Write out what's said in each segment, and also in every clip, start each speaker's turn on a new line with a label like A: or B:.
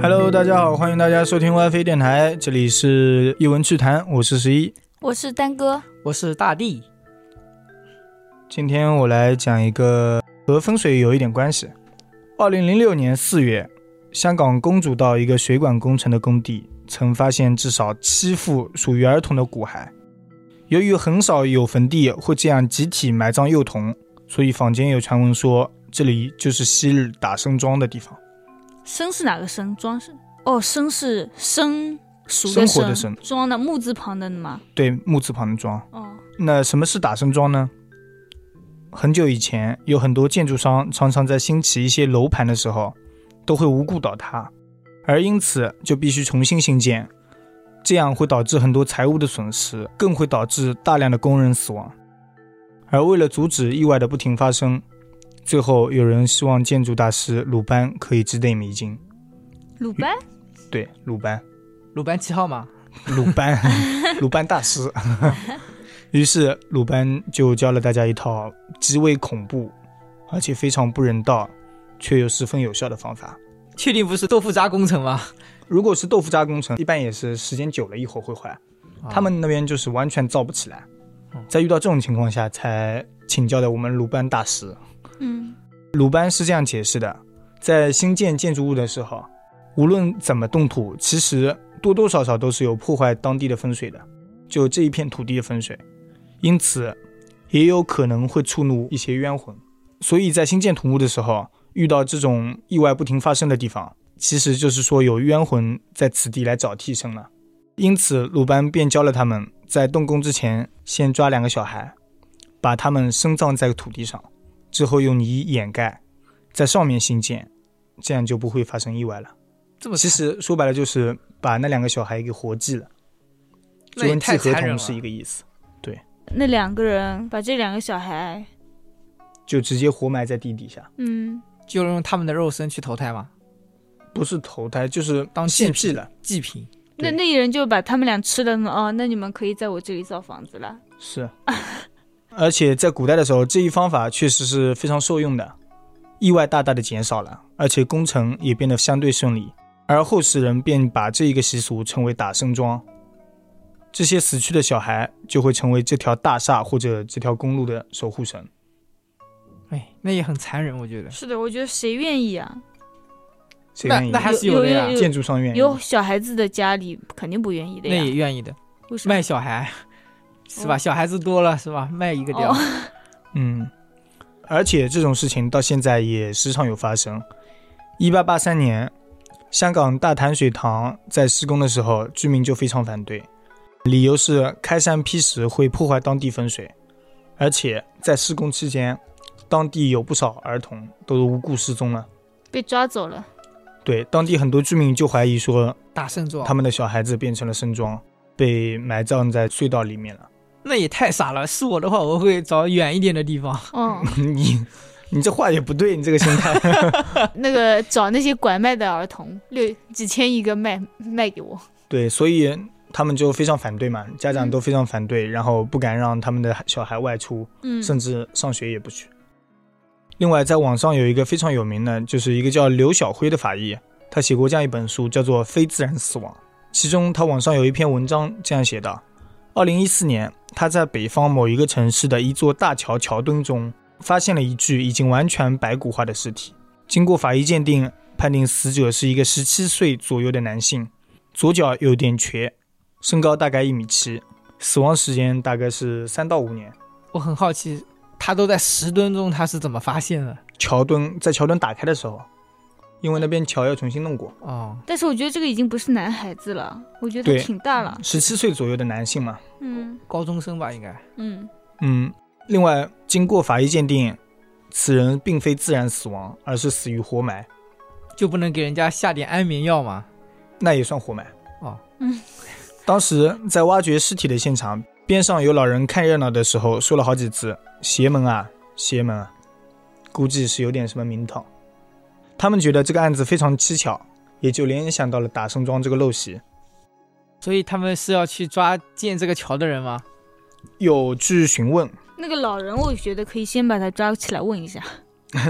A: Hello，大家好，欢迎大家收听 WiFi 电台，这里是一文趣谈，我是十一。
B: 我是丹哥，
C: 我是大地，
A: 今天我来讲一个和风水有一点关系。二零零六年四月，香港公主道一个水管工程的工地曾发现至少七副属于儿童的骨骸。由于很少有坟地会这样集体埋葬幼童，所以坊间有传闻说这里就是昔日打生桩的地方，
B: 生是哪个生？庄是哦，生是生熟
A: 生活的生，
B: 庄的木字旁的嘛。
A: 对木字旁的桩。
B: 哦，
A: 那什么是打生桩呢？很久以前，有很多建筑商常常在兴起一些楼盘的时候，都会无故倒塌，而因此就必须重新兴建，这样会导致很多财务的损失，更会导致大量的工人死亡。而为了阻止意外的不停发生，最后有人希望建筑大师鲁班可以指点迷津。
B: 鲁班
A: 对，鲁班。
C: 鲁班七号嘛，
A: 鲁班，鲁班大师。 于是鲁班就教了大家一套极为恐怖，而且非常不人道，却又十分有效的方法。
C: 确定不是豆腐渣工程吗？
A: 如果是豆腐渣工程，一般也是时间久了一会儿会坏，
C: 啊
A: 他们那边就是完全造不起来。在遇到这种情况下，才请教的我们鲁班大师。
B: 嗯，
A: 鲁班是这样解释的：在新建建筑物的时候，无论怎么动土，其实多多少少都是有破坏当地的风水的，就这一片土地的风水，因此也有可能会触怒一些冤魂。所以在新建土木的时候，遇到这种意外不停发生的地方，其实就是说有冤魂在此地来找替身了。因此，鲁班便教了他们在动工之前，先抓两个小孩，把他们深葬在土地上。之后用泥掩盖，在上面新建，这样就不会发生意外了。
C: 这么
A: 其实说白了就是把那两个小孩给活祭了，就
C: 那也
A: 跟
C: 太
A: 祭合
C: 残忍
A: 同
C: 了
A: 是一个意思，
B: 那两个人把这两个小孩，
A: 就直接活埋在地底下，
B: 嗯，
C: 就用他们的肉身去投胎嘛，
A: 不是投胎就是
C: 当
A: 献
C: 祭
A: 祭
C: 品
A: 了。
C: 祭品。
B: 那
A: 对
B: 那一人就把他们俩吃了嘛。哦，那你们可以在我这里造房子了。
A: 是， 而且在古代的时候，这一方法确实是非常受用的，意外大大的减少了，而且工程也变得相对顺利。而后世人便把这一个习俗称为打生桩，这些死去的小孩就会成为这条大厦或者这条公路的守护神。
C: 哎，那也很残忍，我觉得。
B: 是的，我觉得谁愿意啊？
A: 谁
C: 那
A: 愿意
C: 那？还是
B: 有
C: 的呀
B: 有，
A: 建筑商愿意。
B: 有小孩子的家里肯定不愿意的
C: 那也
B: 呀。
C: 愿意的，
B: 为什么
C: 卖？小孩是吧？
B: 哦
C: 小孩子多了是吧？卖一个掉
B: 哦，
A: 嗯，而且这种事情到现在也时常有发生。一八八三年，香港大潭水塘在施工的时候，居民就非常反对，理由是开山劈石会破坏当地风水，而且在施工期间，当地有不少儿童都无故失踪了。
B: 被抓走 了。
A: 对，当地很多居民就怀疑说，
C: 打圣状，
A: 他们的小孩子变成了生桩，被埋葬在隧道里面了。
C: 那也太傻了。是我的话，我会找远一点的地方。
B: 哦，
A: 你，你这话也不对，你这个心态。
B: 那个找那些拐卖的儿童，六几千一个卖卖给我。
A: 对，所以他们就非常反对嘛，家长都非常反对，然后不敢让他们的小孩外出，
B: 嗯，
A: 甚至上学也不去。另外，在网上有一个非常有名的，就是一个叫刘晓辉的法医，他写过这样一本书，叫做《非自然死亡》。其中，他网上有一篇文章这样写道：，二零一四年，他在北方某一个城市的一座大桥桥墩中，发现了一具已经完全白骨化的尸体。经过法医鉴定，判定死者是一个十七岁左右的男性，左脚有点瘸，身高大概一米七，死亡时间大概是三到五年。
C: 我很好奇，他都在石墩中，他是怎么发现的？
A: 桥墩，在桥墩打开的时候，因为那边桥要重新弄过，
C: 哦，
B: 但是我觉得这个已经不是男孩子了，我觉得
A: 对
B: 他挺大了。
A: 十七岁左右的男性嘛，
B: 嗯
C: 高中生吧，应该。
B: 嗯，
A: 嗯，另外经过法医鉴定，此人并非自然死亡，而是死于活埋，
C: 就不能给人家下点安眠药吗？
A: 那也算活埋。
C: 哦，
B: 嗯，
A: 当时在挖掘尸体的现场，边上有老人看热闹的时候说了好几次：“邪门啊，邪门啊，估计是有点什么名堂。他们觉得这个案子非常蹊跷，也就联想到了打胜庄这个陋习。
C: 所以他们是要去抓建这个桥的人吗？
A: 有去询问
D: 那个老人，我觉得可以先把他抓起来问一下，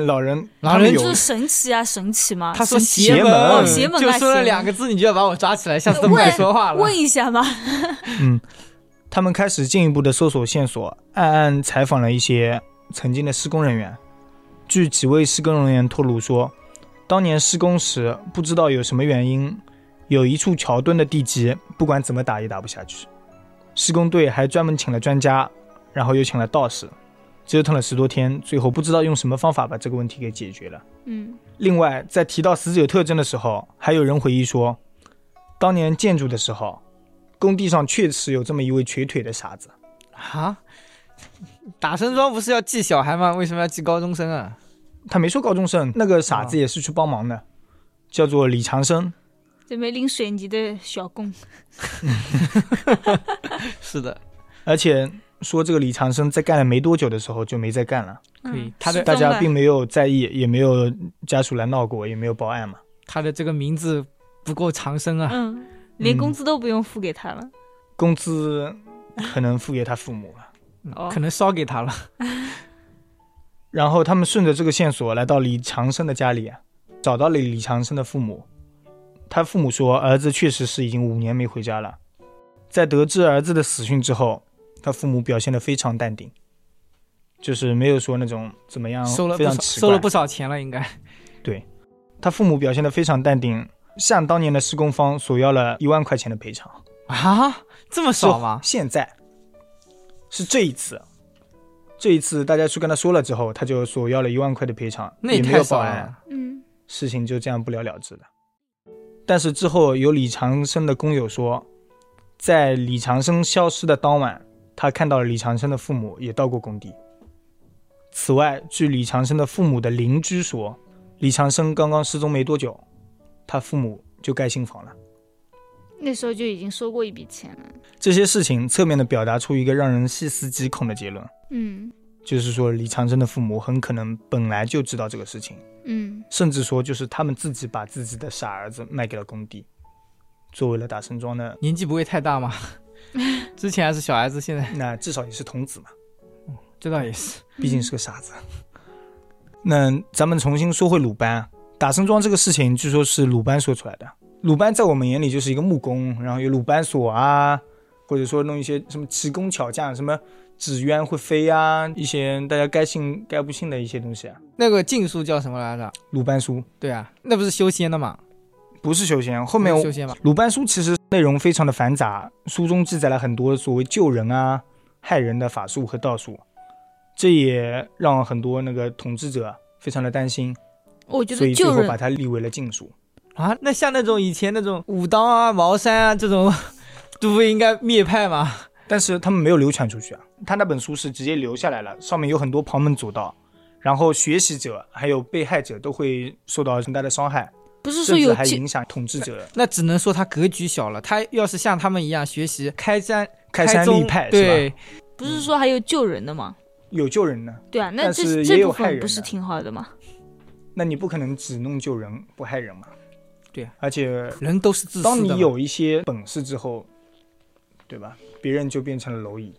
A: 老人，
C: 老
A: 他们
C: 人
A: 有
D: 就是神奇啊，神奇嘛。
C: 他说
D: 神奇
A: 邪
C: 门，
A: 门哦
D: 邪门
C: 就
D: 啊
C: 说
D: 邪
C: 了
D: 门
C: 两个字，你就要把我抓起来，下次都不
D: 问
C: 敢说话了。
D: 问一下嘛，
A: 嗯，他们开始进一步的搜索线索，暗暗采访了一些曾经的施工人员。据几位施工人员透露说，当年施工时不知道有什么原因，有一处桥墩的地基不管怎么打也打不下去。施工队还专门请了专家，然后又请了道士，折腾了十多天，最后不知道用什么方法把这个问题给解决了。
B: 嗯，
A: 另外，在提到死者特征的时候，还有人回忆说，当年建筑的时候，工地上确实有这么一位瘸腿的傻子。
C: 啊？打生桩不是要记小孩吗？为什么要记高中生啊？
A: 他没说高中生，那个傻子也是去帮忙的，叫做李长生。
D: 这边拎水泥的小工，
C: 是的，
A: 而且说这个李长生在干了没多久的时候就没再干了，
C: 可以
D: 嗯
C: 他的
D: 失
A: 大
D: 踪
A: 家
D: 了
A: 并没有在意，也没有家属来闹过，也没有报案嘛。
C: 他的这个名字不够长生啊。
D: 嗯，连
A: 嗯
D: 工资都不用付给他了。
A: 工资可能付给他父母了。
D: 哦
C: 嗯可能烧给他了。
A: 然后他们顺着这个线索来到李长生的家里，找到了李长生的父母。他父母说，儿子确实是已经五年没回家了。在得知儿子的死讯之后，他父母表现得非常淡定，就是没有说那种怎么样，
C: 收了
A: 哦非
C: 不
A: 常
C: 少，
A: 奇
C: 收了
A: 怪
C: 不。少钱了，应该。
A: 他父母表现得非常淡定，向当年的施工方索要了一万块钱的赔偿。
C: 啊，这么少吗？
A: 现在是这一次，这一次大家去跟他说了之后，他就索要了一万块的赔偿，
C: 那也
A: 没有
C: 太
A: 报
C: 少
A: 案。
C: 了。
B: 嗯，
A: 事情就这样不了了之了。但是之后有李长生的工友说，在李长生消失的当晚，他看到了李长生的父母也到过工地。此外，据李长生的父母的邻居说，李长生刚刚失踪没多久，他父母就盖新房了。
B: 那时候就已经收过一笔钱了。
A: 这些事情侧面的表达出一个让人细思极恐的结论，
B: 嗯
A: 就是说李长生的父母很可能本来就知道这个事情。
B: 嗯
A: 甚至说就是他们自己把自己的傻儿子卖给了工地，作为了打神庄的，
C: 年纪不会 太大嘛？之前还是小孩子，现在
A: 那至少也是童子嘛，
C: 这倒也是。
A: 毕
D: 嗯
A: 竟是个傻子。那咱们重新说回鲁班，打神庄这个事情，据说是鲁班说出来的。鲁班在我们眼里就是一个木工，然后有鲁班锁啊，或者说弄一些什么奇工巧匠，什么纸鸢会飞啊，一些大家该信该不信的一些东西啊。
C: 那个禁术叫什么来着？
A: 鲁班书
C: 对啊，那不是修仙的嘛？
A: 不是修仙，后面我
C: 修仙嘛？
A: 鲁班书其实内容非常的繁杂，书中记载了很多所谓救人啊、害人的法术和道术，这也让很多那个统治者非常的担心，
D: 我觉
A: 所
D: 得
A: 以最
D: 救
A: 后把
D: 人
A: 它立为了禁术。
C: 啊，那像那种以前那种武当啊、茅山啊这种，都不应该灭派吗？
A: 但是他们没有流传出去啊，他那本书是直接留下来了，上面有很多旁门左道，然后学习者还有被害者都会受到很大的伤害，
D: 不是说
A: 甚
D: 有
A: 至还
D: 救，
A: 影响统治者
C: 那只能说他格局小了。他要是像他们一样学习开山
A: 开山
C: 宗
A: 立派，是吧？
C: 对，
D: 不是说还有救人的吗？
A: 有救人呢，
D: 对啊，那
A: 但
D: 这
A: 是也
D: 这
A: 有
D: 部
A: 害
D: 分
A: 人
D: 不是
A: 的
D: 挺好的吗？
A: 那你不可能只弄救人不害人嘛？
C: 对啊，
A: 而且
C: 人都是自私的
A: 当
C: 嘛。
A: 你有一些本事之后，对吧？别人就变成了蝼蚁，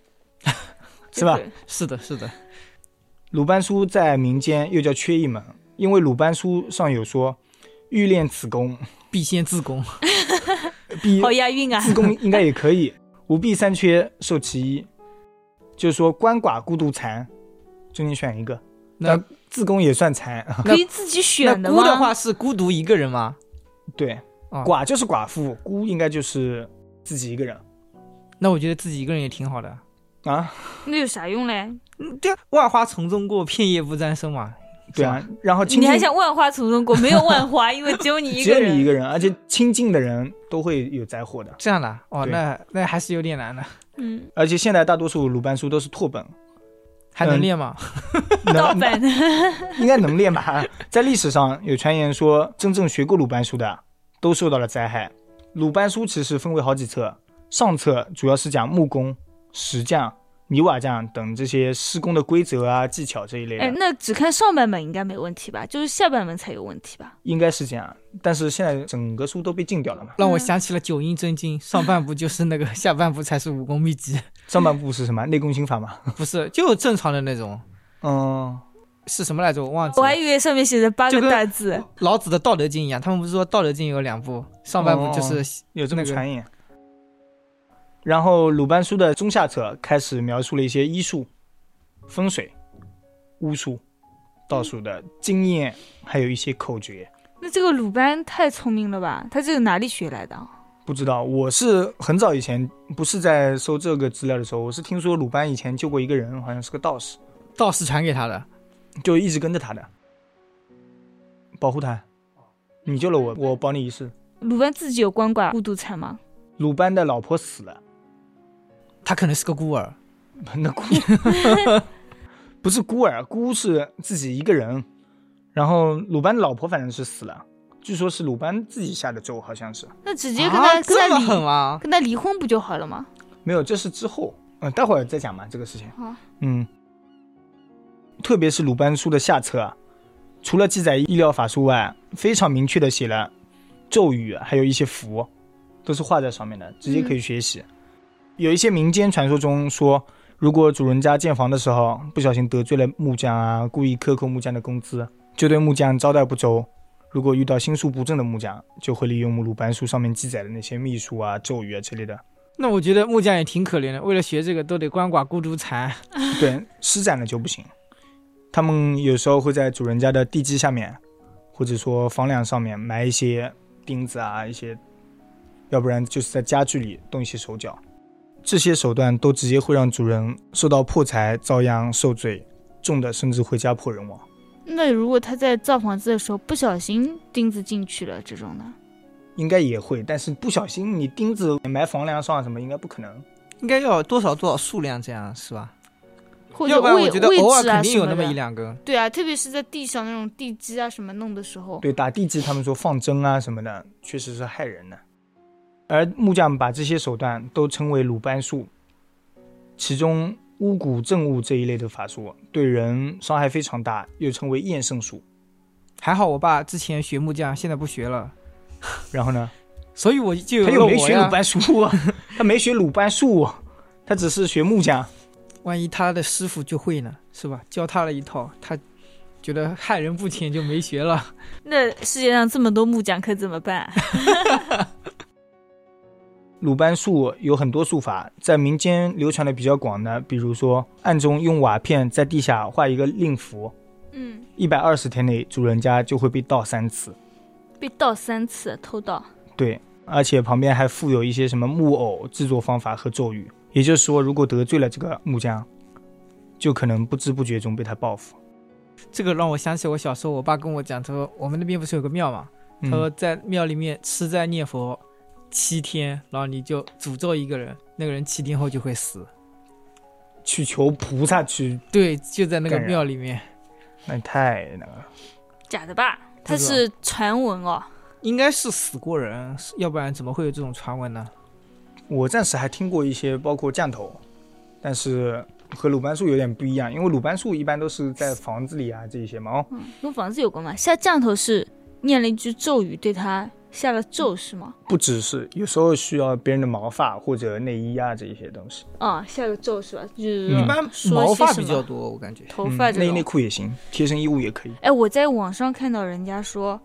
A: 是吧
D: 这？个？
C: 是的，是的，
A: 鲁班书在民间又叫缺一门，因为鲁班书上有说，欲练此功，
C: 必先自宫。
A: 必
D: 好押韵啊！
A: 自宫应该也可以，吾必三缺，受其一。就是说，鳏寡孤独残，就你选一个。
C: 那
A: 那自宫也算残，
D: 可以自己选
C: 啊那
D: 吗？
C: 孤的话是孤独一个人吗？
A: 对，
C: 啊
A: 寡就是寡妇，孤应该就是自己一个人
C: 那我觉得自己一个人也挺好的。
A: 啊。
D: 那有啥用嘞？
C: 嗯，对啊，万花丛中过，片叶不沾身嘛。
A: 对啊，然后亲
D: 你
A: 近
D: 还想万花丛中过？ 没有万花，因为只有你 一
A: 只
D: 个
A: 有你一
D: 人。
A: 个人，而且亲近的人都会有灾祸的。
C: 这样的哦，
A: 对
C: 那那还是有点难的，
D: 嗯，
A: 而且现在大多数鲁班书都是拓 本，
C: 还
A: 嗯
C: 能 练吗？
D: 盗
A: 能
D: 版的，
A: 应该能练吧？在历史上有传言说，真正学过鲁班书的都受到了灾害。鲁班书其实分为好几册，上册主要是讲木工、石匠、泥瓦匠等这些施工的规则啊、技巧这一类
D: 哎，
A: 的，
D: 那只看上半本应该没问题吧？就是下半本才有问题吧？
A: 应该是这样。但是现在整个书都被禁掉了嘛，
C: 让我想起了九阴真经，上半部就是那个，下半部才是武功秘籍，
A: 上半部是什么内功心法嘛？
C: 不是就正常的那种，
A: 嗯，
C: 是什么来着？我忘记
D: 我
C: 了
D: 还。以为上面写着八
C: 就
D: 个
C: 跟
D: 大字，
C: 老子的《道德经》一样，他们不是说《道德经》有两部，上半
A: 哦
C: 部就是
A: 有这
C: 那
A: 么
C: 个
A: 传言。然后鲁班书的中下册开始描述了一些医术、风水、巫术、道术的经验，还有一些口诀。
D: 那这个鲁班太聪明了吧？他这个哪里学来的啊？
A: 不知道，我是很早以前，不是在搜这个资料的时候，我是听说鲁班以前救过一个人，好像是个道士，
C: 道士传给他的。
A: 就一直跟着他的，保护他。你救了我，我保你一世。
D: 鲁班自己有鳏寡孤独财吗？
A: 鲁班的老婆死了，
C: 他可能是个孤儿，
A: 那孤不是孤儿，孤是自己一个人。然后鲁班的老婆反正是死了，据说是鲁班自己下的咒，好像是
B: 那直接跟他、
C: 啊
B: 跟
C: 这
B: 他
C: 么
B: 离
C: 狠啊！
B: 跟他离婚不就好了吗？
A: 没有，这是之后，嗯、待会儿再讲嘛，这个事情。
C: 啊
B: 好，
A: 嗯，特别是鲁班书的下册啊，除了记载医疗法术外，非常明确的写了咒语，还有一些符，都是画在上面的，直接可以学习。有一些民间传说中说，如果主人家建房的时候不小心得罪了木匠啊，故意克扣木匠的工资，就对木匠招待不周。如果遇到心术不正的木匠，就会利用鲁班书上面记载的那些秘术啊、咒语啊之类的，
C: 那我觉得木匠也挺可怜的，为了学这个都得鳏寡孤独残。
A: 对，施展了就不行。他们有时候会在主人家的地基下面，或者说房梁上面埋一些钉子啊，一些，要不然就是在家具里动一些手脚。这些手段都直接会让主人受到破财、遭殃、受罪，重的甚至会家破人亡。
B: 那如果他在造房子的时候不小心钉子进去了，这种呢？
A: 应该也会，但是不小心你钉子埋房梁上啊什么，应该不可能。
C: 应该要多少多少数量这样是吧？
B: 或
C: 要
B: 者
C: 不然
B: 位
C: 我觉得
B: 位
C: 偶尔
B: 置啊
C: 肯定
B: 什
C: 有
B: 么
C: 那么
B: 的
C: 一两根。
B: 对啊，特别是在地上那种地基啊什么弄的时候，
A: 对，打地基他们说放针啊什么的，确实是害人的。而木匠把这些手段都称为鲁班术，其中巫蛊正物这一类的法术对人伤害非常大，又称为厌胜术。
C: 还好我爸之前学木匠，现在不学了，
A: 然后呢，
C: 所以我就有
A: 他
C: 了
A: 又没
C: 我
A: 学鲁
C: 呀。
A: 班术啊，他没学鲁班术啊，他只是学木匠。
C: 万一他的师傅就会呢，是吧？教他了一套，他觉得害人不浅就没学了。
D: 那世界上这么多木匠可怎么办啊？
A: 鲁班术有很多术法，在民间流传的比较广的，比如说暗中用瓦片在地下画一个令符，
D: 嗯，
A: 一百二十天内主人家就会被盗三次。
D: 被盗三次，偷盗。
A: 对，而且旁边还附有一些什么木偶制作方法和咒语，也就是说，如果得罪了这个木匠，就可能不知不觉中被他报复。
C: 这个让我想起我小时候，我爸跟我讲，他说我们那边不是有个庙嘛，他说
A: 嗯，
C: 在庙里面吃斋念佛七天，然后你就诅咒一个人，那个人七天后就会死。
A: 去求菩萨去，
C: 对，就在那个
A: 干扰
C: 庙里面，
A: 那太那个了。
D: 假的吧？
C: 不
D: 它
C: 知道
D: 是传闻哦。
C: 应该是死过人，要不然怎么会有这种传闻呢？
A: 我暂时还听过一些，包括降头，但是和鲁班术有点不一样，因为鲁班术一般都是在房子里啊这一些嘛。哦，
D: 嗯，跟房子有关吗？下降头是念了一句咒语，对他下了咒是吗？
A: 不只是，有时候需要别人的毛发或者内衣啊这一些东西，
D: 啊、下了咒是吧？就是
A: 嗯
C: 一般
D: 说
C: 毛
D: 些
C: 发
D: 什
C: 比
D: 么
C: 较多，我感觉。
D: 头发
A: 嗯、
D: 这
A: 内衣
D: 种。
A: 内裤也行，贴身衣物也可以。
D: 哎，我在网上看到人家说，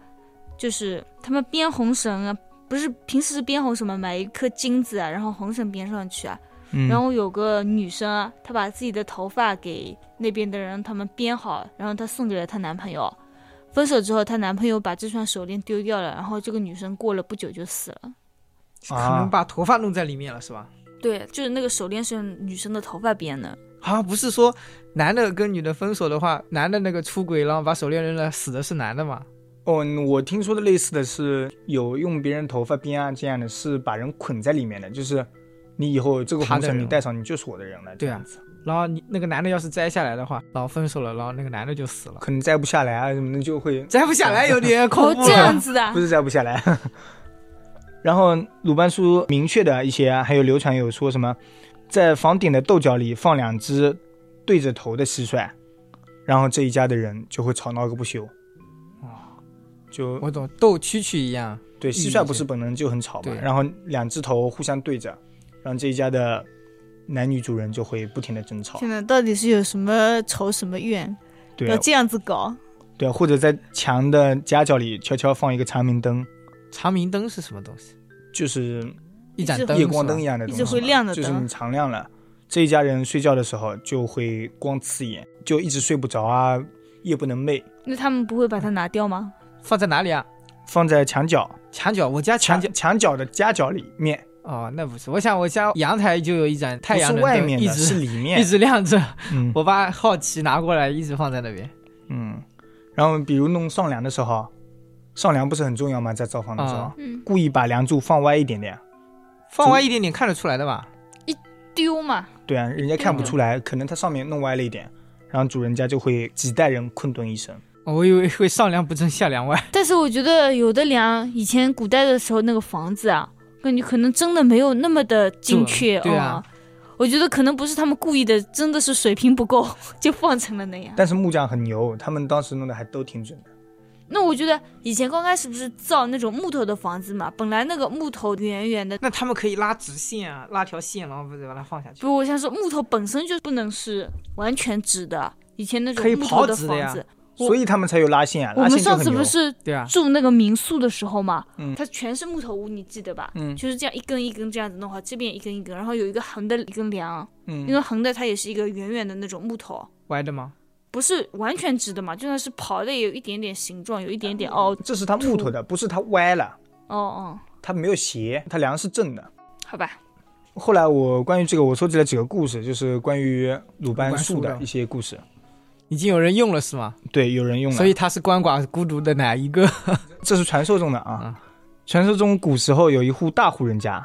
D: 就是他们编红绳啊，不是平时是编红绳嘛，买一颗金子啊，然后红绳编上去啊。
A: 嗯，
D: 然后有个女生啊，她把自己的头发给那边的人他们编好，然后她送给了她男朋友。分手之后，她男朋友把这串手链丢掉了，然后这个女生过了不久就死了。
C: 可
A: 啊
C: 能把头发弄在里面了，是吧？
D: 对，就是那个手链是女生的头发编的。
C: 好啊像不是说男的跟女的分手的话，男的那个出轨，然后把手链扔了，死的是男的嘛？
A: 哦，嗯我听说的类似的是有用别人头发编啊这样的，是把人捆在里面的，就是你以后这个
C: 他
A: 红
C: 的
A: 绳你
C: 人啊
A: 戴上，你就是我的人了。
C: 对
A: 这
C: 啊
A: 样子，
C: 然后你那个男的要是摘下来的话，然后分手了，然后那个男的就死了，
A: 可能摘不下来啊什么的，就会
C: 摘不下来有点恐
D: 哦，
C: 怖啊
D: 这样
C: 了。
D: 子的
A: 不，是摘不下来。啊啊然后鲁班书明确的一些啊，还有流传有说什么，在房顶的豆角里放两只对着头的蟋蟀，然后这一家的人就会吵闹个不休。就
C: 我懂，斗蛐蛐一样，
A: 对，蟋蟀不是本能就很吵嘛
C: 对，
A: 然后两只头互相对着，然后这一家的男女主人就会不停的争吵。
B: 天呐，到底是有什么仇什么怨，要
A: 对啊
B: 这样子搞？
A: 对，啊或者在墙的夹角里悄悄放一个长明灯，
C: 长明灯是什么东西？
A: 就是
C: 一盏
B: 一只
C: 灯，
A: 夜光灯一
C: 呀。
A: 样的东西
B: 一
A: 嘛，
B: 直会亮的
A: 就是
B: 灯
A: 你常亮了。这一家人睡觉的时候就会光刺眼，就一直睡不着啊，夜不能寐。
D: 那他们不会把它拿掉吗？
C: 放在哪里啊？
A: 放在墙角，
C: 墙角，我家墙
A: 墙
C: 角。
A: 墙角的夹角里面，
C: 哦，那不是，我想我家阳台就有一盏太阳
A: 不
C: 能
A: 是外
C: 灯，
A: 面
C: 一
A: 的，是
C: 直
A: 里
C: 一
A: 面。
C: 直亮着。
A: 嗯
C: 我爸好奇拿过来，一直放在那边。
A: 嗯，然后比如弄上梁的时候，上梁不是很重要吗？在造房的时候
C: 啊，
D: 嗯，
A: 故意把梁柱放歪一点点。
C: 放歪一点点看得出来的吧？
D: 丢嘛，
A: 对啊，人家看不出来，
D: 嗯
A: 可能它上面弄歪了一点，然后主人家就会几代人困顿一生。
D: 嗯
C: 哦我以为会上梁不正下梁歪。
D: 但是我觉得有的梁以前古代的时候那个房子啊，感觉可能真的没有那么的精确
C: 对啊
D: 嗯我觉得可能不是他们故意的，真的是水平不够 就放成了那样。
A: 但是木匠很牛，他们当时弄的还都挺准的。
D: 那我觉得以前刚开始不是造那种木头的房子嘛，本来那个木头圆圆的，
C: 那他们可以拉直线啊，拉条线，然后不是把它放下去。
D: 不，我想说木头本身就不能是完全直的，以前那种
C: 可以
D: 木头
C: 刨
D: 的
C: 直的呀
D: 房子。我
A: 所以他们才有拉线啊，
D: 我
A: 拉
D: 们
A: 线就
D: 上
A: 很
D: 次
A: 牛
D: 不。是
C: 对啊，
D: 住那个民宿的时候嘛，
A: 嗯
D: 它全是木头屋，你记得吧？
A: 嗯
D: 就是这样一根一根这样子弄好，这边一根一根，然后有一个横的一根梁，
A: 嗯，
D: 因为横的它也是一个圆圆的那种木头，
C: 歪的吗？
D: 不是完全直的嘛，就算是刨的也有一点点形状，有一点点凹。
A: 这是它木头的，不是它歪了，
D: 哦哦，
A: 它没有斜，它梁是正的。
D: 好吧，
A: 后来我关于这个，我收集了几个故事，就是关于鲁班术
C: 鲁班
A: 的
C: 术的
A: 一些故事。
C: 已经有人用了是吗？
A: 对，有人用了，
C: 所以他是鳏寡孤独的哪一个？
A: 这是传说中的啊。传说中古时候有一户大户人家，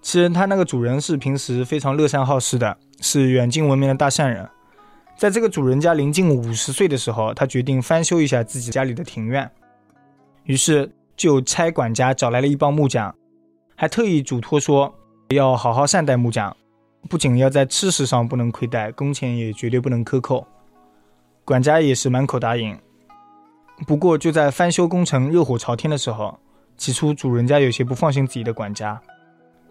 A: 其实他那个主人是平时非常乐善好施的，是远近闻名的大善人。在这个主人家临近五十岁的时候，他决定翻修一下自己家里的庭院，于是就差管家找来了一帮木匠，还特意嘱托说要好好善待木匠，不仅要在吃食上不能亏待，工钱也绝对不能克扣。管家也是满口答应，不过就在翻修工程热火朝天的时候，起初主人家有些不放心自己的管家，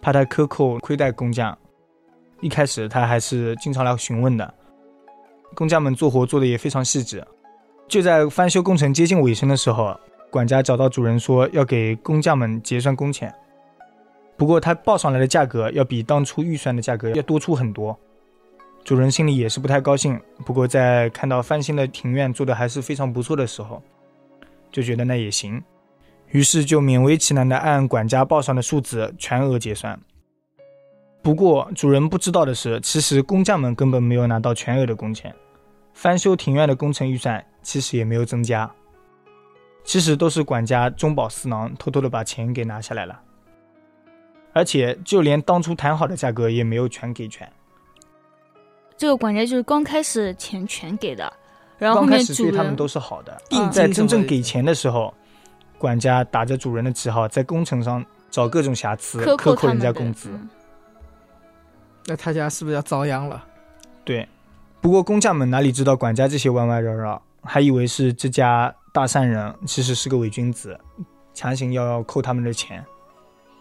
A: 怕他克扣亏待工匠。一开始他还是经常来询问的，工匠们做活做的也非常细致。就在翻修工程接近尾声的时候，管家找到主人说要给工匠们结算工钱，不过他报上来的价格要比当初预算的价格要多出很多。主人心里也是不太高兴，不过在看到翻新的庭院做的还是非常不错的时候，就觉得那也行，于是就勉为其难的按管家报上的数字全额结算。不过主人不知道的是，其实工匠们根本没有拿到全额的工钱，翻修庭院的工程预算其实也没有增加，其实都是管家中饱私囊，偷偷的把钱给拿下来了，而且就连当初谈好的价格也没有全给全。
D: 这个管家就是刚开始钱全给的，然后后
A: 刚开
D: 面
A: 始
D: 主
A: 对他
D: 人
A: 们都是好的，啊
C: 定
A: 在
C: 金什
A: 真
C: 么
A: 正
C: 的
A: 给钱的时候，管家打着主人的旗号，在工程上找各种瑕疵，
D: 克
A: 克
D: 他
A: 扣
D: 们
A: 人家
D: 的
A: 工资。
D: 嗯
C: 那他家是不是要遭殃了？
A: 对，不过工匠们哪里知道管家这些弯弯绕绕，还以为是这家大善人，其实是个伪君子，强行要扣他们的钱，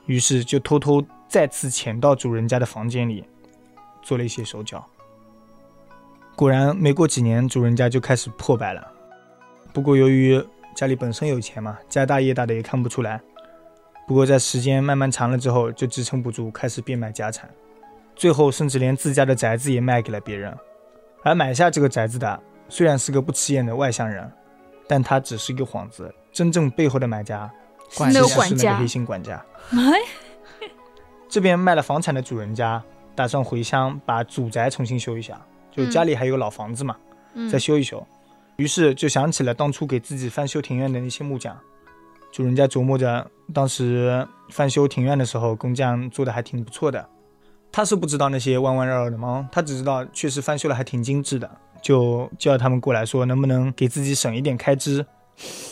A: 于是就偷偷再次潜到主人家的房间里，做了一些手脚。果然，没过几年，主人家就开始破败了。不过由于家里本身有钱嘛，家大业大的也看不出来。不过在时间慢慢长了之后，就支撑不住，开始变卖家产。最后甚至连自家的宅子也卖给了别人。而买下这个宅子的虽然是个不起眼的外乡人，但他只是一个幌子，真正背后的买家
D: 是
C: 管
D: 那
A: 其实
D: 个
A: 是
D: 管
A: 那个
D: 家
A: 黑，心管家。
D: 哎，
A: 这边卖了房产的主人家打算回乡把祖宅重新修一下，就
B: 嗯
A: 家里还有个老房子嘛，
B: 嗯
A: 再，修一修。于是就想起了当初给自己翻修庭院的那些木匠。主人家琢磨着，当时翻修庭院的时候，工匠做的还挺不错的。他是不知道那些弯弯绕绕的猫，他只知道确实翻修的还挺精致的，就叫他们过来说能不能给自己省一点开 支，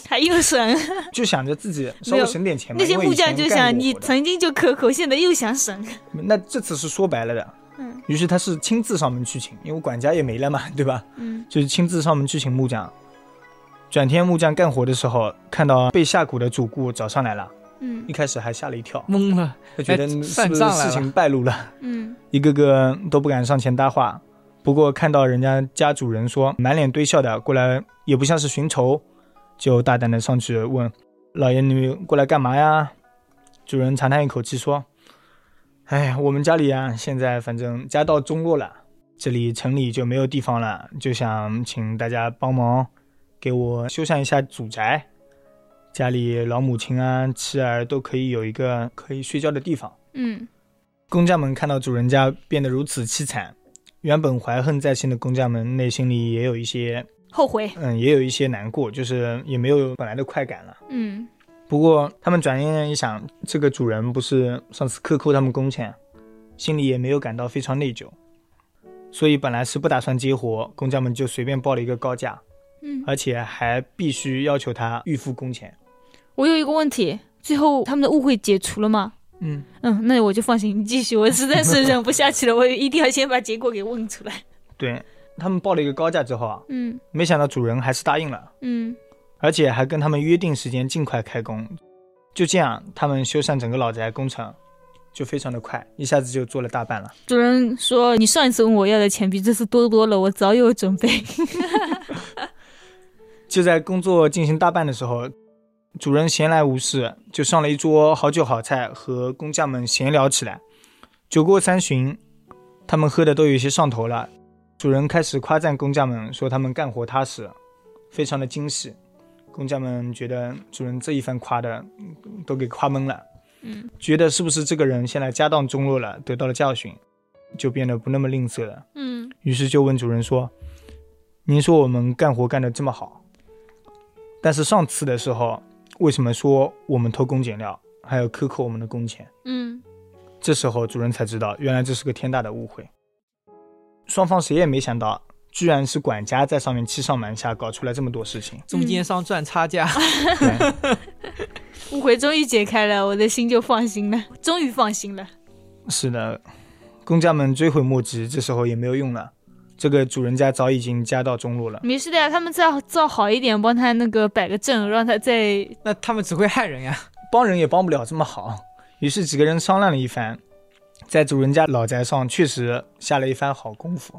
D: 还又省，
A: 就想着自己稍
D: 没
A: 微
D: 有
A: 省点钱嘛。
D: 那些
A: 因为以
D: 木匠
A: 前
D: 就
A: 干过
D: 想你
A: 活的
D: 曾经就克扣，现在又想省，
A: 那这次是说白了的，
D: 嗯
A: 于是他是亲自上门去请，因为管家也没了嘛，对吧？
D: 嗯
A: 就是亲自上门去请木匠。转天木匠干活的时候，看到被下蛊的主顾找上来了，
D: 嗯
A: 一开始还吓了一跳，
C: 懵了，
A: 他觉得
C: 哎
A: 是不
C: 算
A: 是
C: 账来
A: 事
C: 了
A: 情败露了，
D: 嗯
A: 一个个都不敢上前搭话。不过看到人家家主人说满脸堆笑的过来，也不像是寻仇，就大胆的上去问：“老爷，你过来干嘛呀？”主人长叹一口气说：“哎，我们家里啊，现在反正家道中落了，这里城里就没有地方了，就想请大家帮忙，给我修缮一下祖宅，家里老母亲啊、妻儿都可以有一个可以睡觉的地方。”
D: 嗯
A: 工匠们看到主人家变得如此凄惨，原本怀恨在心的工匠们内心里也有一些，
D: 后悔
A: 嗯，也有一些难过，就是也没有本来的快感了。
D: 嗯
A: 不过他们转念一想，这个主人不是上次克扣他们工钱，心里也没有感到非常内疚，所以本来是不打算接活，工匠们就随便报了一个高价，
D: 嗯。
A: 而且还必须要求他预付工钱。
D: 我有一个问题，最后他们的误会解除了吗？
A: 嗯，
D: 嗯，那我就放心，你继续，我实在是忍不下去了，我一定要先把结果给问出来。
A: 对他们报了一个高价之后啊，
D: 嗯
A: 没想到主人还是答应了。
D: 嗯
A: 而且还跟他们约定时间尽快开工。就这样，他们修缮整个老宅工程就非常的快，一下子就做了大半了。
D: 主人说：“你上一次问我要的钱比这次多多了，我早有准备。
A: 就在工作进行大半的时候，主人闲来无事，就上了一桌好酒好菜，和工匠们闲聊起来。酒过三巡，他们喝的都有些上头了。主人开始夸赞工匠们，说他们干活踏实，非常的精细。工匠们觉得主人这一番夸的嗯都给夸懵了，
D: 嗯
A: 觉得是不是这个人现在家道中落了，得到了教训，就变得不那么吝啬了。”
D: 嗯，
A: 于是就问主人说：“您说我们干活干得这么好，但是上次的时候为什么说我们偷工减料，还有克扣我们的工钱
D: 嗯？”
A: 这时候主人才知道，原来这是个天大的误会。双方谁也没想到，居然是管家在上面欺上瞒下，搞出来这么多事情。
C: 中间商赚差价，
A: 对
D: 误会终于解开了，我的心就放心了，终于放心了。
A: 是的，工匠们追悔莫及，这时候也没有用了。这个主人家早已经家道中落了。
D: 没事的呀，他们再造好一点，帮他那个摆个阵，让他再
C: 那他们只会害人呀。
A: 帮人也帮不了这么好。于是几个人商量了一番，在主人家老宅上确实下了一番好功夫，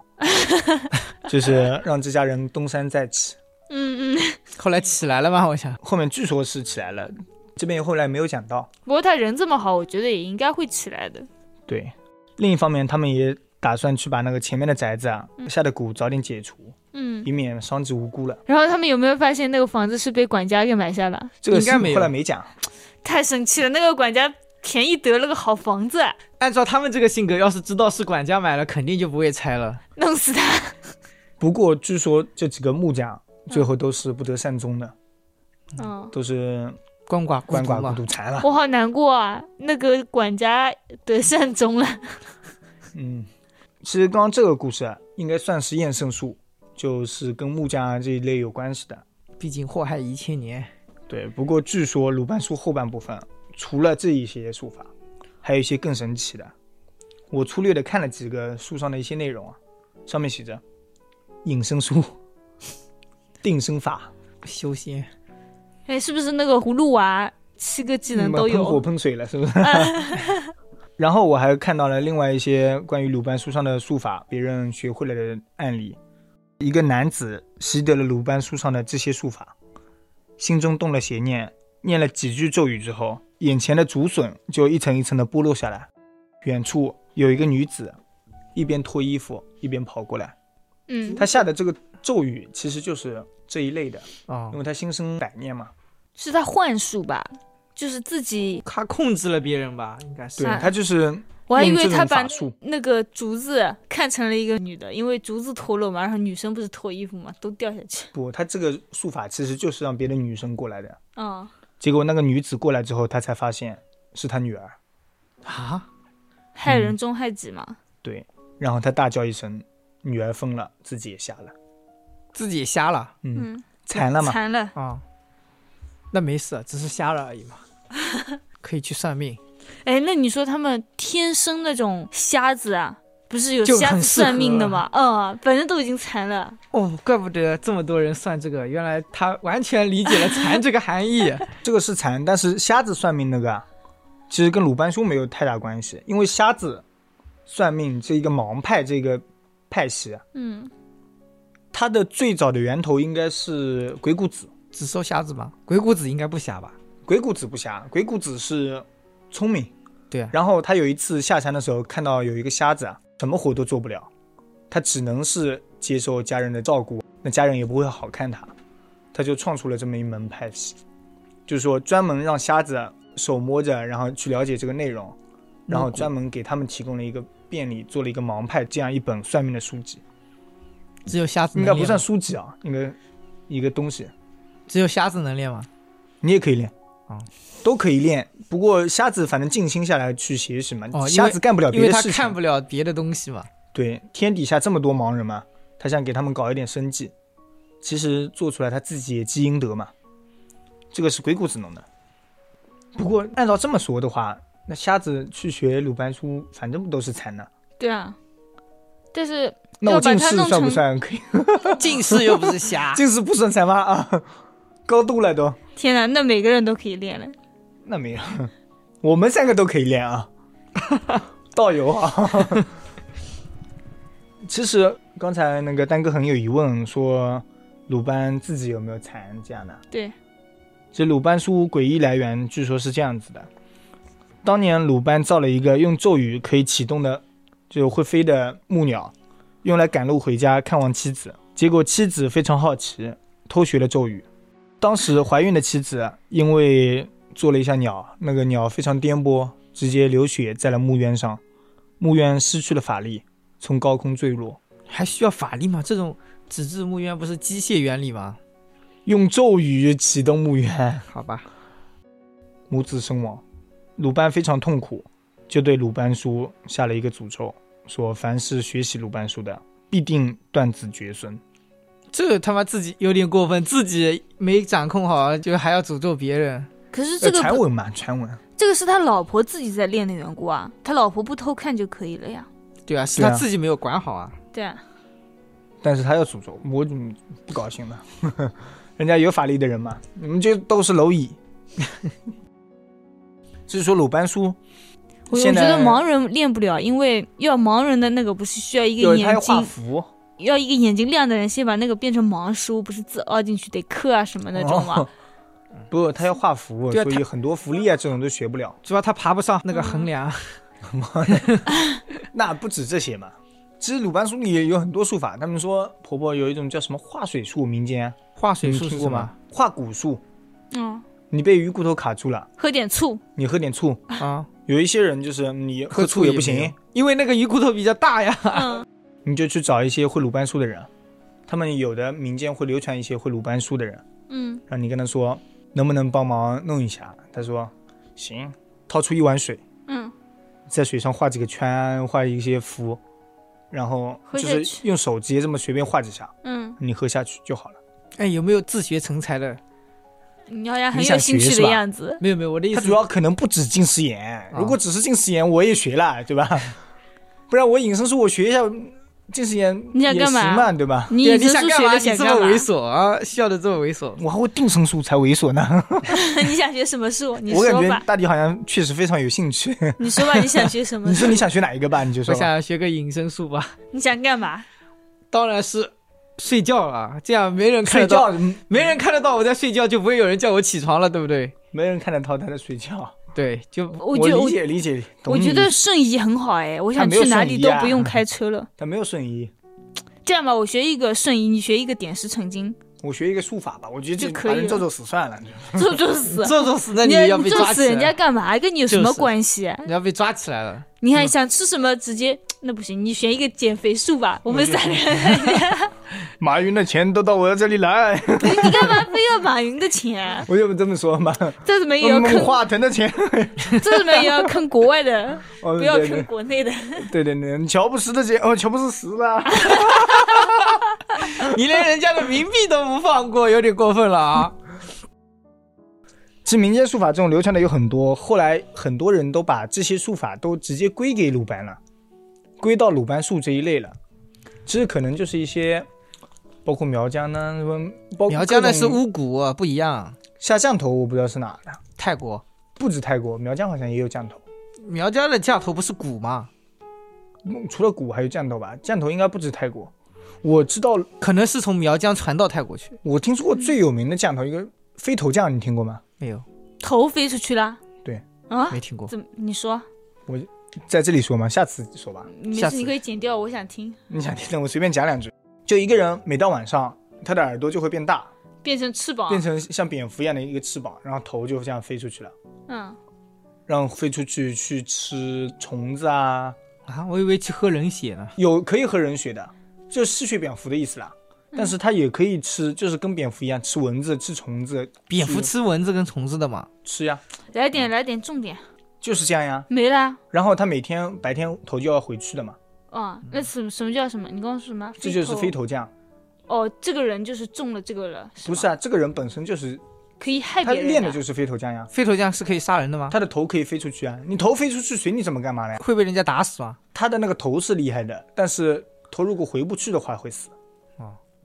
A: 就是让这家人东山再起。
D: 嗯嗯。
C: 后来起来了吗？我想，
A: 后面据说是起来了，这边后来没有讲到。
D: 不过他人这么好，我觉得也应该会起来的。
A: 对，另一方面，他们也打算去把那个前面的宅子啊
C: 嗯
A: 下的蛊早点解除，
D: 嗯
A: 以，免伤及无辜了。
D: 然后他们有没有发现那个房子是被管家给买下了？
A: 这个
C: 应该
A: 是
C: 没有
A: 后来没讲。
D: 太生气了，那个管家便宜得了个好房子，
C: 按照他们这个性格，要是知道是管家买了，肯定就不会拆了。
D: 弄死他！
A: 不过据说这几个木匠最后都是不得善终的，
D: 嗯，
A: 都是
C: 鳏寡孤
A: 鳏
C: 独
A: 寡孤
C: 嘛，
A: 独残了。
D: 我好难过啊，那个管家得善终了。
A: 嗯，其实刚刚这个故事啊，应该算是验圣术，就是跟木匠啊这一类有关系的。
C: 毕竟祸害一千年。
A: 对，不过据说鲁班术后半部分，除了这一些术法，还有一些更神奇的。我粗略的看了几个书上的一些内容啊，上面写着隐身术、定身法、
C: 修仙，
D: 哎，是不是那个葫芦娃七个技能都
A: 嗯喷火
D: 有？
A: 喷水了，是不 是？然后我还看到了另外一些关于鲁班书上的术法，别人学会了的案例。一个男子习得了鲁班书上的这些术法，心中动了邪念，念了几句咒语之后，眼前的竹笋就一层一层的剥落下来。远处有一个女子，一边脱衣服一边跑过来。
D: 嗯
A: 她，下的这个咒语其实就是这一类的，
C: 哦
A: 因，为她心生歹念嘛。
D: 是他幻术吧？就是自己，
C: 他控制了别人吧，应该是
A: 对，。她就是
D: 我还以
A: 用
D: 为
A: 这
D: 他
A: 种
D: 把
A: 法术。
D: 那个竹子看成了一个女的，因为竹子脱落嘛，然后女生不是脱衣服嘛，都掉下去。
A: 不，他这个术法其实就是让别的女生过来的。
D: 嗯，
A: 结果那个女子过来之后，他才发现是他女儿，
C: 啊，
D: 害人终害己嘛。
A: 然后他大叫一声，女儿疯了，自己也瞎了，
C: 自己也瞎了
A: 嗯，
D: 嗯，
A: 残了嘛。
D: 残了。
C: 啊，那没事，啊只是瞎了而已嘛，可以去算命。
D: 哎，那你说他们天生那种瞎子啊，不是有
C: 就
D: 瞎
C: 很
D: 子
C: 适
D: 算命的
C: 合
A: 啊
D: 嘛？嗯，反正都已经残了，
C: 哦，怪不得这么多人算这个，原来他完全理解了“残”这个含义。
A: 这个是残，但是瞎子算命那个啊，其实跟鲁班兄没有太大关系，因为瞎子算命这一个盲派这个派系啊，
D: 嗯，
A: 它的最早的源头应该是鬼谷子。
C: 只说瞎子吧，鬼谷子应该不瞎吧？
A: 鬼谷子不瞎，鬼谷子是聪明。
C: 对啊，
A: 然后他有一次下山的时候，看到有一个瞎子啊，什么活都做不了，他只能是接受家人的照顾，那家人也不会好看他，他就创出了这么一门派系，就是说专门让瞎子手摸着，然后去了解这个内容，
C: 嗯
A: 然后专门给他们提供了一个便利，做了一个盲派这样一本算命的书籍，
C: 只有瞎子
A: 应
C: 能
A: 该
C: 练
A: 不算
C: 吗
A: 书籍啊，应该一个东西，
C: 只有瞎子能练吗？
A: 你也可以练
C: 啊。
A: 都可以练，不过瞎子反正静心下来去写什么，
C: 哦因为
A: 瞎子干不了啊
C: 因
A: 别
C: 为
A: 的
C: 他
A: 事情，
C: 看不了别的东西嘛。
A: 对，天底下这么多盲人嘛，他想给他们搞一点生计，其实做出来他自己也积阴德嘛，这个是鬼谷子弄的。不过按照这么说的话，那瞎子去学鲁班书，反正不都是残的？
D: 对啊，
B: 但是
A: 那我
D: 要把
A: 近
D: 它
A: 视
D: 弄
A: 算不
D: 成
A: 算？可以，，
C: 近视又不是瞎
A: 近视不算残吗？啊，高度了都，
D: 天哪，那每个人都可以练了，
A: 那没有， 我们三个都可以练啊， 道友啊。 其实刚才那个丹哥很有疑问，说鲁班自己有没有残这样的？
D: 对，
A: 这鲁班书诡异来源据说是这样子的：当年鲁班造了一个用咒语可以启动的，就会飞的木鸟，用来赶路回家看望妻子。结果妻子非常好奇，偷学了咒语。当时怀孕的妻子因为做了一下鸟，那个鸟非常颠簸，直接流血在了墓渊上，墓渊失去了法力，从高空坠落。
C: 还需要法力吗？这种纸质墓渊不是机械原理吗？
A: 用咒语启动墓渊，
C: 好吧，
A: 母子身亡。鲁班非常痛苦，就对鲁班叔下了一个诅咒，说凡是学习鲁班书的，必定断子绝孙。
C: 这他妈自己有点过分，自己没掌控好，就还要诅咒别人。
D: 可是
A: 呃
D: 这个
A: 传
D: 不
A: 闻嘛，传闻。
D: 这个是他老婆自己在练的缘故啊，他老婆不偷看就可以了呀，
C: 对啊，是
A: 对啊
C: 他自己没有管好啊。
D: 对啊，
A: 但是他要诅咒我，嗯不高兴了。 人家有法力的人嘛，你们这都是蝼 蚁。 就是说鲁班叔，
D: 我我觉
A: 现在
D: 得盲人练不了，因为要盲人的那个不是需要一个
A: 对他要
D: 眼
A: 画
D: 睛，
A: 符，
D: 要一个眼睛亮的人先把那个变成盲书，不是字凹进去得刻啊什么那种嘛
A: 哦，不，他要画 符，
C: 对啊
A: 所以很多符力啊这种都学不了。
C: 主要他爬不上那个横梁，
A: 嗯那不止这些嘛，其实鲁班书里也有很多术法。他们说婆婆有一种叫什么化水术，民间啊
C: 化
A: 你
C: 水
A: 们
C: 术
A: 听
C: 是
A: 过
C: 什
A: 吗
C: 么？？
A: 化骨术，
D: 嗯，
A: 你被鱼骨头卡住了，
D: 喝点醋，
A: 你喝点醋。
C: 啊，
A: 有一些人就是嗯你
C: 喝
A: 喝醋
C: 醋
A: 也
C: 也
A: 不
C: 没
A: 行
C: 有，因为那个鱼骨头比较大呀。
D: 嗯，
A: 你就去找一些会鲁班术的人，他们有的民间会流传一些会鲁班术的人，
D: 嗯，
A: 让你跟他说能不能帮忙弄一下，他说行，掏出一碗水，
D: 嗯，
A: 在水上画几个圈，画一些符，然后
D: 喝
A: 就
D: 下
A: 是
D: 去
A: 用手直接这么随便画几下，
D: 嗯，
A: 你喝下去就好了。
C: 哎，有没有自学成才的？
D: 你好像
A: 你
D: 很
A: 想
D: 有兴
A: 学是
D: 趣的
A: 吧
D: 样子。
C: 没有没有，我的意
A: 他
C: 思啊
A: 主要可能不止近视眼，如果只是近视眼，我也学了，对吧？ 不然我隐身术我学一下近视眼
D: 你想
A: 也
D: 干嘛
A: 行嘛，对吧？
D: 你
C: 对啊
D: 已
C: 你
D: 经
C: 想
D: 是
C: 干
D: 学
C: 嘛？
D: 的
C: 你
D: 想
C: 这么
D: 干嘛？
C: 猥琐啊，笑的这么猥琐。
A: 我还会定身术才猥琐呢。
D: 你想学什么术？你
A: 我感
D: 说
A: 觉
D: 吧，
A: 大地好像确实非常有兴趣。
D: 你说吧，你想学什么
A: 你
D: 术
A: 说？你想学哪一个吧？你就
C: 我
A: 说吧。
C: 想学个隐身术吧，
D: 你想干嘛？
C: 当然是睡觉啊，这样没人看
A: 睡
C: 得到，
A: 觉，嗯
C: 没人看得到我在睡觉，就不会有人叫我起床了，对不对？
A: 没人看得到他在睡觉。
C: 对，就
D: 我觉得
A: 理
D: 我
A: 解理解，懂
D: 我
A: 你
D: 觉得瞬移很好哎，我
A: 他
D: 想
A: 没有
D: 去哪
A: 瞬
D: 里
A: 移
D: 都
A: 啊
D: 不用开车了。
A: 他没有瞬移。
D: 这样吧，我学一个瞬移，你学一个点石 成金，
A: 我学一个术法吧，我觉得
D: 就
A: 这
D: 可
A: 把
D: 以
A: 人
D: 了
A: 咒咒死算了。
D: 做作死。
C: 做作死，那
D: 你
C: 要被
D: 你
C: 抓
D: 作
C: 起
D: 死
C: 来，
D: 人家干嘛？跟你有什
C: 就
D: 么
C: 是
D: 关系？啊
C: 你要被抓起来了。
D: 你
A: 嗯
D: 还想吃什么？直接那不行，你选一个减肥术吧。我们三个人，
A: 马云的钱都到我这里来，
D: 你干嘛非要马云的钱？ 啊
A: 我就这么说嘛。
D: 这怎么也要
A: 孟
D: 坑？
A: 化腾的钱，
D: 这怎么也要坑国外的？
A: 哦
D: 不 要
A: 对对
D: 坑国内的。
A: 对对对， 乔布斯的钱哦，乔布斯死 了，
C: 你连人家的冥币都不放过，有点过分 了啊！
A: 其实民间术法这种流传的有很多，后来很多人都把这些术法都直接归给鲁班了。归到鲁班术这一类了，只是可能就是一些包括苗疆呢，什么包括
C: 苗疆那
A: 各
C: 是
A: 种
C: 巫蛊，不一样。
A: 下降头，我不知道是哪的，
C: 泰国
A: 不止泰国，苗疆好像也有降头，
C: 苗疆的降头不是蛊吗？
A: 嗯除了蛊还有降头吧，降头应该不止泰国，我知道
C: 可能是从苗疆传到泰国去。
A: 我听说过最有名的降头一个飞头降，你听过吗？
C: 没有，
D: 头飞出去了。
A: 对
D: 啊，
C: 没 听过。
D: 怎么？你说，
A: 在这里说吗？下次说吧。
D: 没
C: 下
D: 事，
C: 次
D: 你可以剪掉，我想听。
A: 你想听的，我随便讲两句。就一个人每到晚上，他的耳朵就会变大，
D: 变成翅膀，
A: 变成像蝙蝠一样的一个翅膀，然后头就这样飞出去了，
D: 嗯，
A: 然后飞出去去吃虫子啊，
C: 啊，我以为去喝人血呢。
A: 有可以喝人血的，就嗜血蝙蝠的意思啦。但是它也可以吃，就是跟蝙蝠一样吃蚊子、吃虫子、
C: 蝙蝠
A: 是
C: 吃蚊子跟虫子的嘛。
A: 吃呀，
D: 来
A: 嗯
D: 点来点重点，
A: 就是这样呀。
D: 没啦。
A: 然后它每天白天头就要回去的嘛，
D: 啊，那什么什么叫什么？你刚刚说什么？
A: 嗯这就是飞头降。
D: 哦，这个人就是中了这个了，
A: 不是
D: 是吗
A: 啊，这个人本身就是
D: 可以害
A: 他
D: 别人
A: 练的就是飞头降呀，
C: 飞头降是可以杀人的吗？
A: 他的头可以飞出去啊，你头飞出去随你怎么干嘛嘞？
C: 会被人家打死吗？
A: 他的那个头是厉害的，但是头如果回不去的话会死。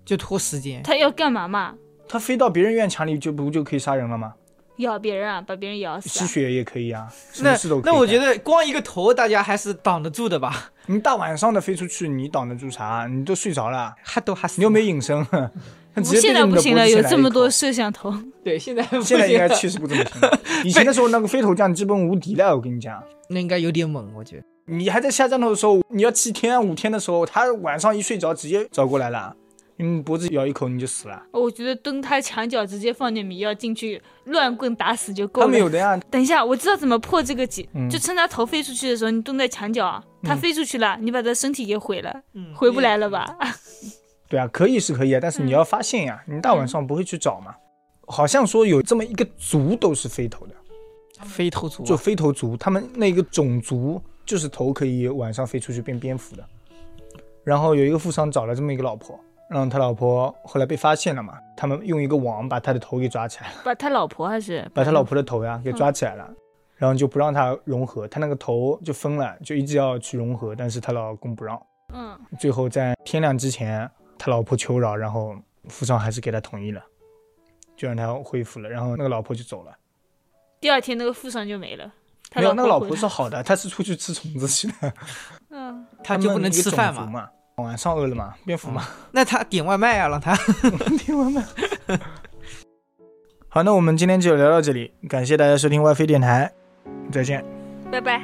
C: 就拖时间。
D: 他要干嘛嘛？
A: 他飞到别人院墙里就不就可以杀人了吗？
D: 咬别人啊，把别人咬死、
A: 吸
D: 啊。
A: 血也可以啊，什
C: 那
A: 么事都可以
C: 那我觉
A: 得
C: 得光一个头，大家还是挡得住的吧？
A: 你大晚上的飞出去，你挡得住啥？你都睡着了，
C: 还都还死
A: 你又没隐身，
D: 我
A: 他直接
D: 现
A: 对
D: 在
A: 着你
D: 不
A: 的
D: 行
A: 脖
D: 了，
A: 子
D: 有
A: 先来
D: 这
A: 一
D: 么
A: 口
D: 多摄像头，
C: 对，现在不
A: 现在应该
C: 行了啊
A: 确实不这么行了。以前的时候那个飞头降基本无敌了，我跟你讲。
C: 那应该有点猛，我觉得。
A: 你还在下降头的时候，你要七天五天的时候，他晚上一睡着直接找过来了，你脖子咬一口你就死了。
D: 哦我觉得蹲他墙角直接放点迷药进去，乱棍打死就够
A: 他
D: 了。
A: 们有的呀，
D: 等一下，我知道怎么破这个结，
A: 嗯
D: 就趁他头飞出去的时候，你蹲在墙角啊，他飞出去了，你把他身体给毁了，
C: 嗯
D: 回不来了吧？
A: 对啊，可以是可以啊，但是
D: 嗯
A: 你要发现呀、你大晚上不会去找嘛。好像说有这么一个族都是飞头的，
C: 飞头族啊
A: 就飞头族，他们那个种族就是头可以晚上飞出去变蝙蝠的。然后有一个富商找了这么一个老婆，然后他老婆后来被发现了嘛，他们用一个网把他的头给抓起来了，
D: 把他老婆还是
A: 把他老婆的头呀给
C: 嗯
A: 抓起来了，然后就不让他融合，他那个头就分了，就一直要去融合，但是她老公不让。
D: 嗯，
A: 最后在天亮之前，他老婆求饶，然后富商还是给他同意了，就让他恢复了。然后那个老婆就走了。
D: 第二天那个富商就没了。他
A: 没有，那个老
D: 回
A: 婆是好的，她是出去吃虫子去的，
D: 嗯，
C: 他就不能吃饭
A: 他们一个种族
C: 嘛？
A: 嘛晚上饿了嘛，蝙蝠嘛，
C: 那他点外卖啊，让他
A: 听完没？好，那我们今天就聊到这里，感谢大家收听 WiFi 电台，再见。
D: 拜拜。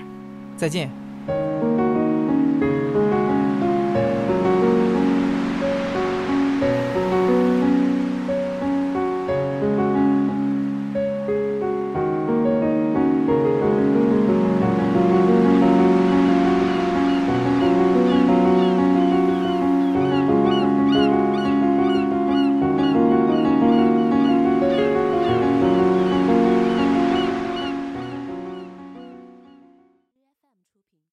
C: 再见。